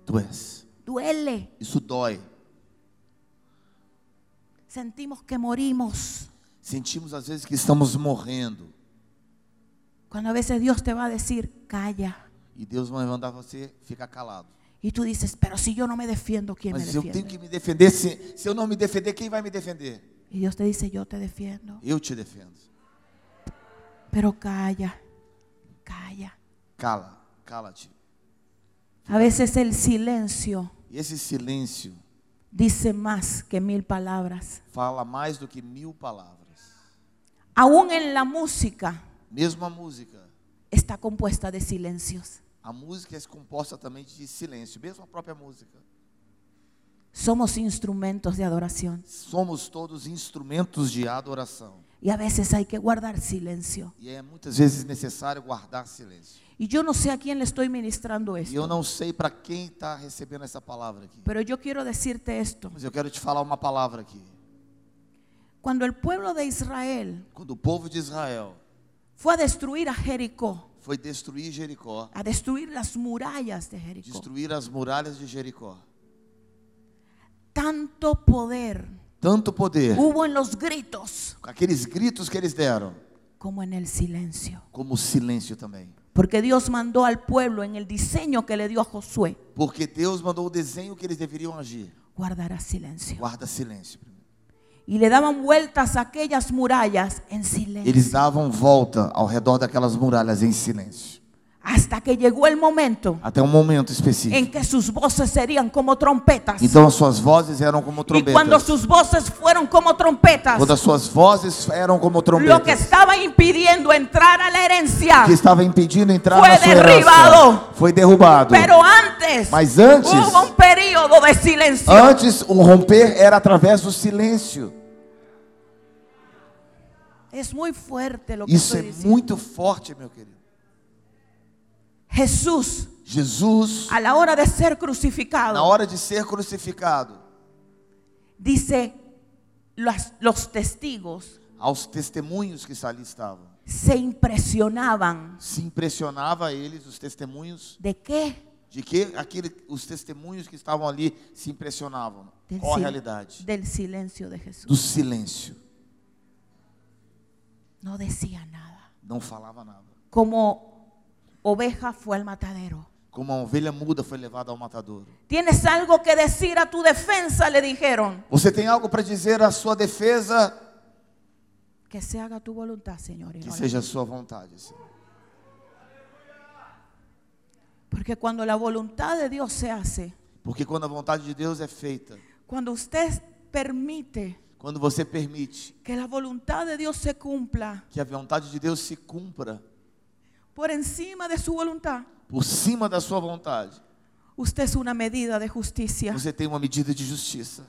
Tu és. duele. Isso dói. Sentimos que morimos. Sentimos às vezes que estamos morrendo Cuando a veces Dios te va a decir, calla. e Deus vai mandar você ficar calado. Y tú dices, pero si yo no me defiendo, ¿quién me Mas eu tenho defiende? que me defender. Se, se eu não me defender, quem vai me defender? Y Dios te dice, yo te defiendo. Eu te defendo. Pero calla, calla. Cala, cala-te. A veces el silencio E esse silêncio dice más que mil palabras. fala mais do que mil palavras. Aún en la música Mesmo a música. está compuesta de silencios. A música é composta também de silêncio, mesmo a própria música. Somos instrumentos de adoración Somos todos instrumentos de adoração. y a veces hay que guardar silencio. E é muitas vezes necessário guardar silêncio. Y yo no sé a quién le estoy ministrando E eu esto, não sei para quem está recebendo essa palavra aqui. pero yo quiero decirte esto. Mas eu quero te falar uma palavra aqui. Cuando el pueblo de Israel Quando o povo de Israel fue a destruir a Jericó, foi destruir Jericó, a destruir las murallas de Jericó, destruir as muralhas de Jericó, tanto poder tanto poder, hubo en los gritos com aqueles gritos que eles deram, como en el silencio. como o silêncio também. Porque Dios mandó al pueblo en el diseño que le dio a Josué Porque Deus mandou o desenho que eles deveriam agir. guardar silencio. Guarda silêncio. primeiro. Y le daban vueltas a aquellas murallas en Eles silencio. davam volta ao redor daquelas muralhas em silêncio. Hasta que llegó el momento Até um momento específico. en que sus voces serían como trompetas. Então as suas vozes eram como Y cuando trombetas. sus voces fueron como trompetas, Quando as suas vozes eram como lo que trombetas. estaba impidiendo entrar a la herencia. Que estava impedindo entrar Foi na sua herança. derribado. Foi derrubado. Pero antes, Mas antes- Ah. hubo un periodo de silencio. Antes o romper era através do silêncio. Es muy fuerte lo que Isso estoy é diciendo. muito forte, meu querido. Jesús, Jesus, a la hora de ser na crucificado, hora de ser crucificado, dice los, los testigos aos testemunhos que ali estavam, se impresionaban se impressionava eles os testemunhos de qué de que aquele, os testemunhos que estavam ali se impressionavam. del, Qual a sil- realidade? del silencio de Jesús. Do silêncio. No decía nada. Não falava nada. Como oveja fue al matadero. Como a ovelha muda foi levada ao matadouro. Tienes algo que decir a tu defensa, le dijeron. Você tem algo para dizer à sua defesa? Que se haga tu voluntad, Señor. y Que no la seja a sua vontade. assim. Senhor. Porque cuando la voluntad de Dios se hace, Porque quando a vontade de Deus é feita, cuando usted permite quando você permite que la voluntad de Dios se cumpla que a vontade de Deus se cumpra por encima de su voluntad, por cima da sua vontade, usted es una medida de justicia. você tem uma medida de justiça.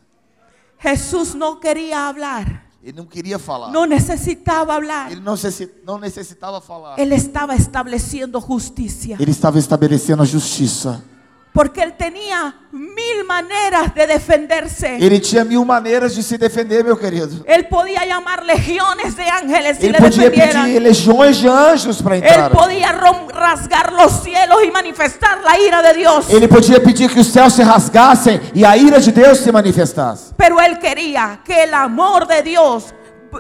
Jesús no quería hablar, Ele não quería falar. no necesitaba hablar. Ele não necessi- não necessitava falar. Él estaba estableciendo justicia Ele estava estabelecendo a justiça. porque él tenía mil maneras de defenderse. Ele tinha mil maneiras de se defender, meu querido. Él podía llamar legiones de ángeles si Ele le podia defendieran. pedir legiões de anjos para Él entrar. podía rom- rasgar los cielos y manifestar la ira de Dios. Ele podia pedir que os céus se rasgassem e a ira de Deus se manifestasse. Pero él quería que el amor de Dios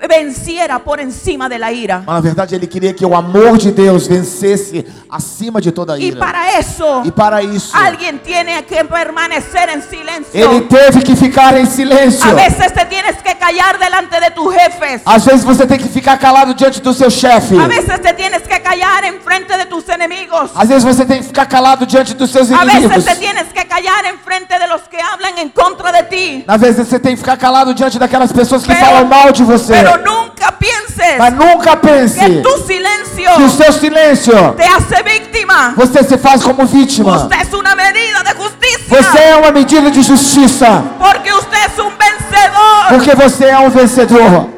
venciera por encima de la ira. Mas na verdade ele queria que o amor de Deus vencesse acima de toda a Y ira. para eso E para isso, alguien tiene que permanecer en ele silencio. teve que ficar em silêncio. A veces te tienes que callar delante de tus jefes. Às vezes você tem que ficar calado diante do seu chefe. A veces te tienes que callar en frente de tus enemigos. Às vezes você tem que ficar calado diante dos seus A veces inimigos. te tienes que callar en frente de los que hablan en contra de ti. Às vezes você tem que ficar calado diante daquelas pessoas que Pero- falam mal de você. Pero nunca pienses Mas nunca pense que tu que silencio o seu silêncio te hace víctima. você se faz como vítima. Usted es una medida de justicia. Você é uma medida de justiça, Porque usted es un vencedor. porque você é um vencedor.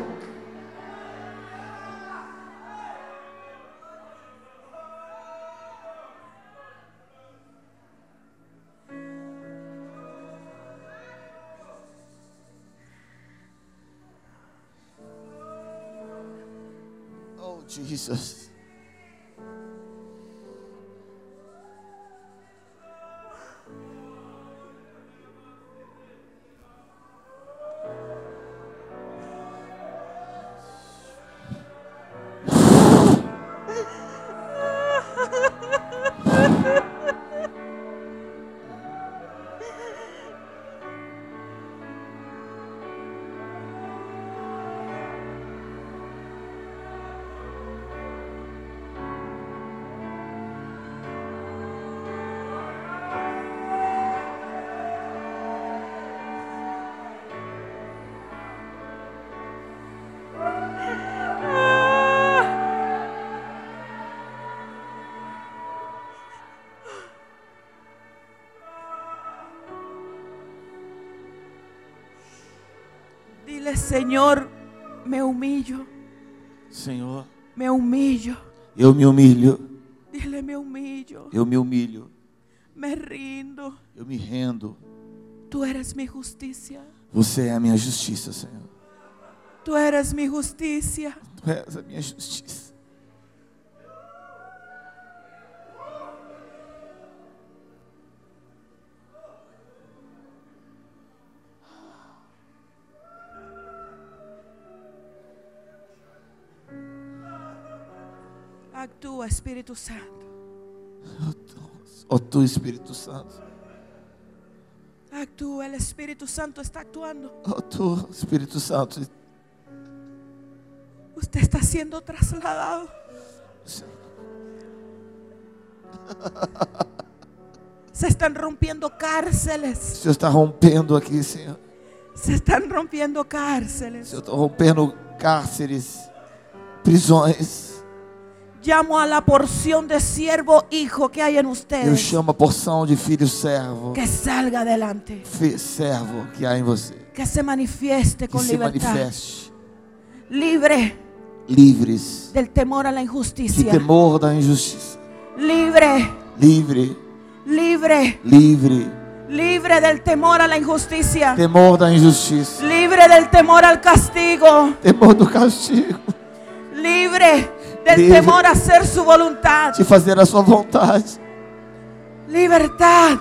Oh, Jesus. Dile, Señor, me humillo, Senhor, me humillo. eu me humilho, Dile, me humillo, eu me humilho, me rindo. eu me rendo. Tú eres mi justicia, Você é a minha justiça, Senhor. tú eres mi justicia. Tu és a minha justiça. Actúa, Espíritu Santo. Ó tu- Ó Oh, tu Espírito Santo, Actúa, el Espíritu Santo está actuando. ó Oh, tu Espírito Santo, Usted está siendo trasladado. Se están rompiendo o cárceles. Senhor está rompendo aqui, Senhor. Se están rompiendo O cárceles. Senhor está rompendo cárceres, prisões. Llamo a la porción de siervo hijo que hay en Eu ustedes. chamo a porção de filho servo, Que salga adelante. fi- servo que há em você. Que se Que manifieste con se libertad. manifeste Libre livres del temor a la de injusticia. temor da injustiça. Libre, Livre, libre, livre, libre del temor a la injusticia. temor da injustiça, Libre del temor al castigo. temor do castigo, Libre del Libre. temor a hacer su voluntad. de fazer a sua vontade. Libertad.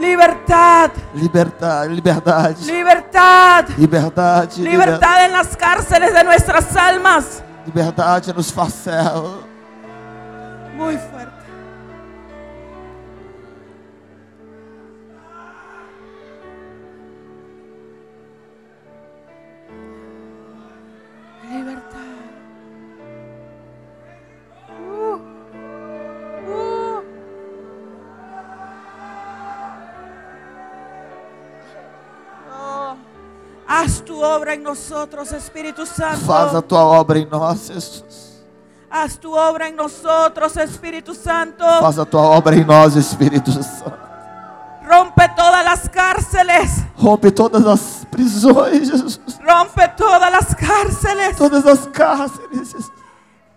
Libertad. Liberdade, liberdade, Libertad. liberdade, liber- Libertad en las cárceles de nuestras almas. liberdade nos farcela. Muy fuerte. Libertad. Uh, uh. Oh, Haz tu obra en nosotros, Espíritu Santo. Faz a tua obra em nós, Jesus. Haz tu obra en nosotros, Espíritu Santo. Faz a tua obra em nós, Espírito Santo. Rompe todas las cárceles. Rompe todas as prisões, Jesus. Rompe todas las cárceles. Todas as cárceres, Jesus.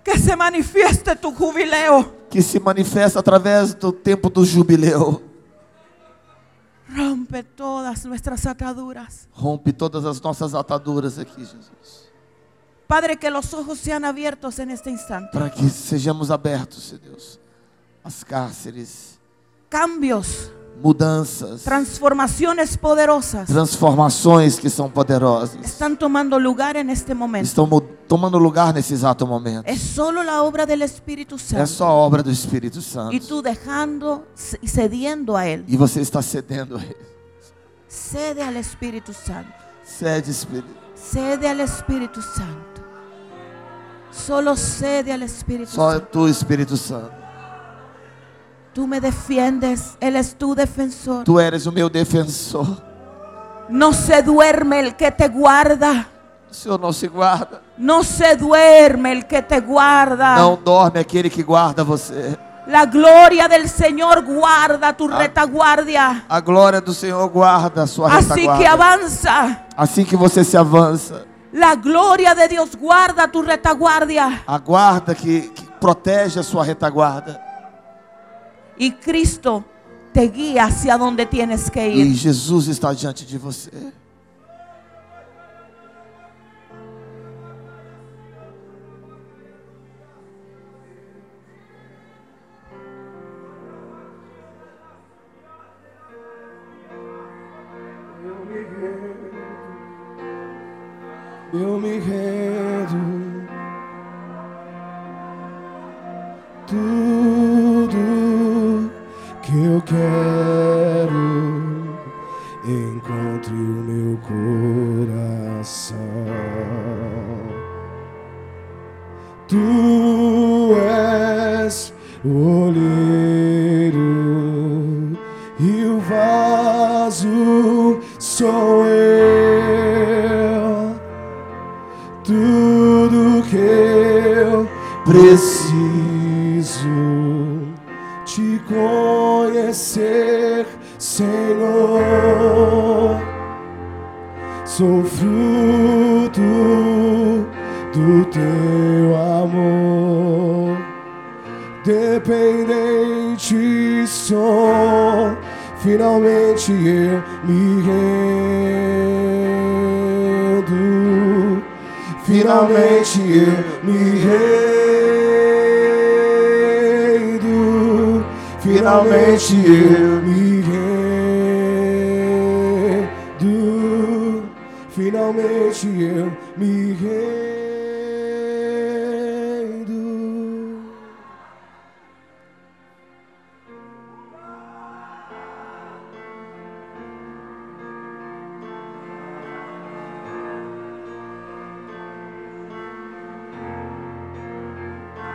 Que se manifieste tu jubileo. que se manifesta através do tempo do jubileu. Rompe todas nuestras ataduras. Rompe todas as nossas ataduras aqui, Jesus. Padre, que los ojos sean abiertos en este instante. Para que sejamos abertos, Senhor Deus. As cárceres, Cambios, mudanças, transformaciones poderosas transformações que são poderosas están tomando lugar en este momento. estão mu- tomando lugar nesse exato momento. Es solo la obra del Espíritu É Santo. só a obra do Espírito Y Santo. tú dejando y cediendo a Él. E você está cedendo a ele. Cede al Espíritu Santo. Cede, Espírito. Cede al Espíritu Santo. Solo cede al Espíritu Só Santo. tu, Espírito Santo. Tú me defiendes, Él es tu defensor. Tu eres o meu defensor. No se duerme el que te guarda. O Senhor não se guarda. No se duerme el que te guarda. Não dorme aquele que guarda você. La gloria del Señor guarda tu Ah. retaguardia. A glória do Senhor guarda a sua Así Assim que retaguarda. avanza. Assim que você se avança, La gloria de Dios guarda tu retaguardia. a guarda que, que protege a sua retaguarda. Y Cristo te guía hacia donde tienes que E ir. Jesus está diante de você. eu quero encontre o meu coração. Tu és o olheiro e o vaso sou eu. Tudo que eu preciso te conhecer, Senhor. Sou fruto do teu amor, dependente sou. Finalmente eu me rendo. Finalmente eu me rendo. Finalmente eu me rendo. Finalmente eu me rendo.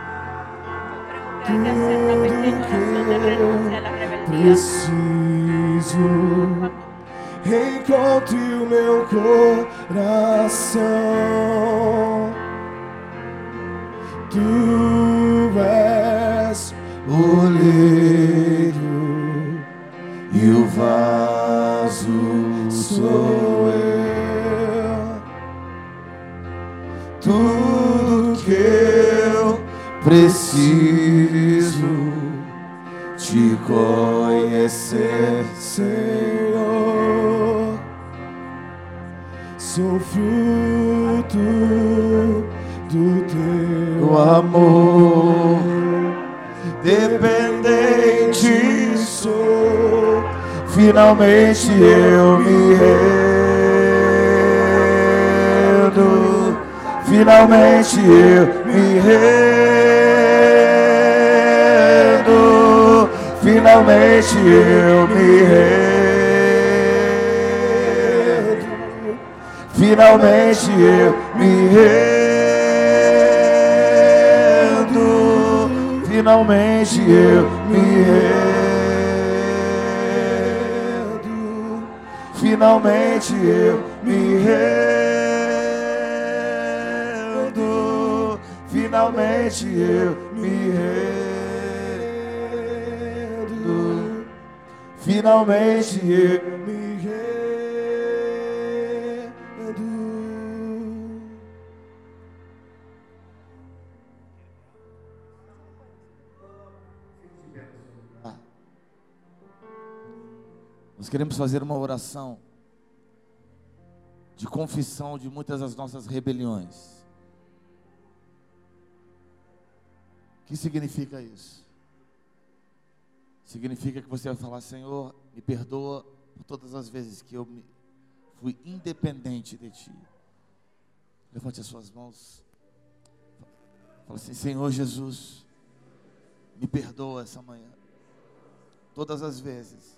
Hay que hacer una pequeña oración de renuncia a la rebeldía. preciso. Encontre o meu coração. Tu és o leiro e o vaso sou eu. Tudo que eu preciso te conhecer, Senhor. Sou fruto do teu amor, dependente sou. Finalmente eu me rendo, finalmente eu me rendo, finalmente eu me rendo, finalmente eu me rendo, finalmente eu me rendo, finalmente eu me rendo, finalmente eu me rendo. Finalmente eu me rendo. Nós queremos fazer uma oração de confissão de muitas das nossas rebeliões. O que significa isso? Significa que você vai falar, Senhor, me perdoa por todas as vezes que eu me- fui independente de Ti. Levante as suas mãos. Fala assim, Senhor Jesus, me perdoa essa manhã. Todas as vezes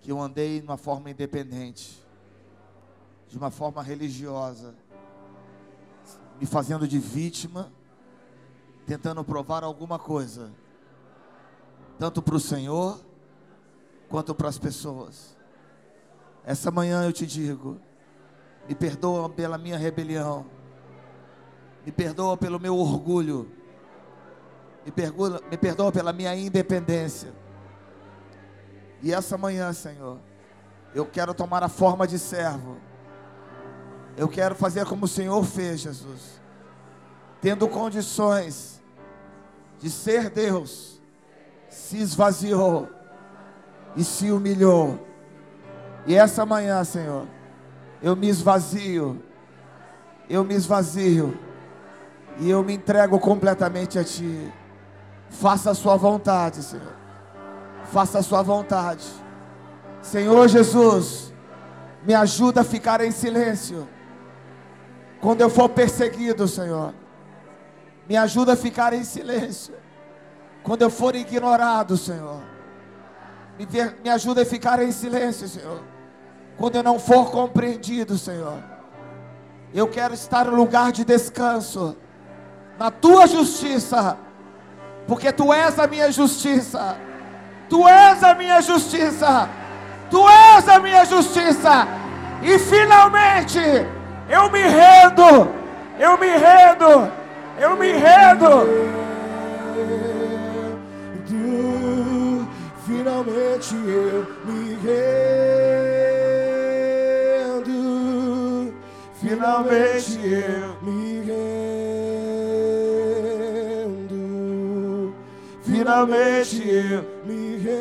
que eu andei de uma forma independente, de uma forma religiosa, me fazendo de vítima, tentando provar alguma coisa, tanto para o Senhor quanto para as pessoas. Essa manhã eu te digo, me perdoa pela minha rebelião, me perdoa pelo meu orgulho, me perdoa, me perdoa pela minha independência. E essa manhã, Senhor, eu quero tomar a forma de servo. Eu quero fazer como o Senhor fez, Jesus. Tendo condições de ser Deus, se esvaziou e se humilhou. E essa manhã, Senhor, eu me esvazio, eu me esvazio e eu me entrego completamente a Ti. Faça a Sua vontade, Senhor faça a sua vontade. Senhor Jesus, me ajuda a ficar em silêncio. Quando eu for perseguido, Senhor, me ajuda a ficar em silêncio. Quando eu for ignorado, Senhor, Me, ver- me ajuda a ficar em silêncio, Senhor. Quando eu não for compreendido, Senhor. Eu quero estar no lugar de descanso. Na tua justiça. Porque tu és a minha justiça. Tu és a minha justiça. Tu és a minha justiça. E finalmente eu me rendo. Eu me rendo. Eu me rendo. Tu, finalmente eu me rendo. Finalmente eu me rendo. Finalmente eu me rendo.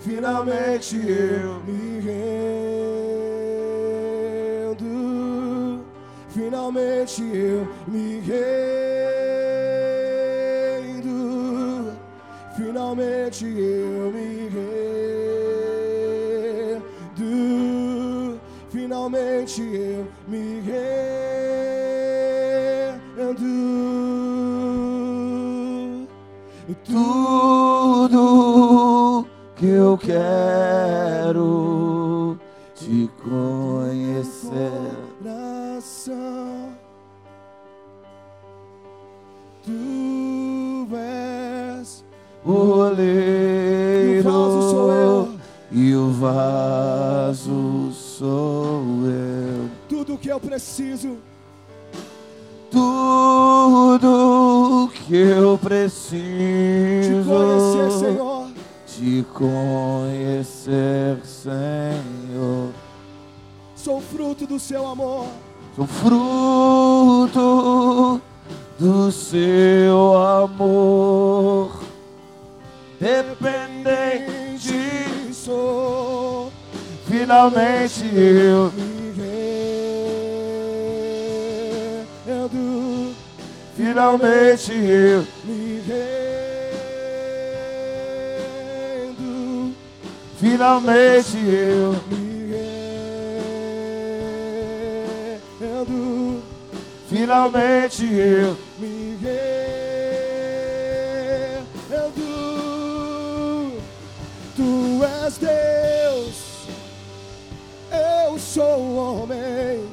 Finalmente eu me rendo. Finalmente eu me rendo. Finalmente eu me rendo. Finalmente eu me rendo. Tudo que eu quero te conhecer. Tu és o oleiro e o vaso sou eu. Tudo que eu preciso, tudo que eu preciso, te conhecer, Senhor. Te conhecer, Senhor. Sou fruto do seu amor. Sou fruto do seu amor. Dependente sou. Finalmente eu me rendo. Finalmente eu me rendo. Finalmente eu me rendo. Finalmente eu me rendo. Tu és Deus, eu sou homem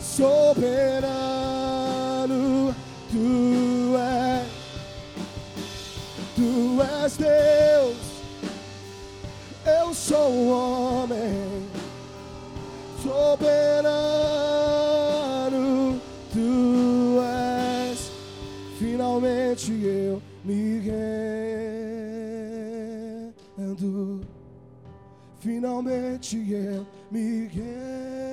soberano. Tu és, tu és Deus, eu sou homem soberano tu és. Finalmente eu me rendo. Finalmente eu me rendo.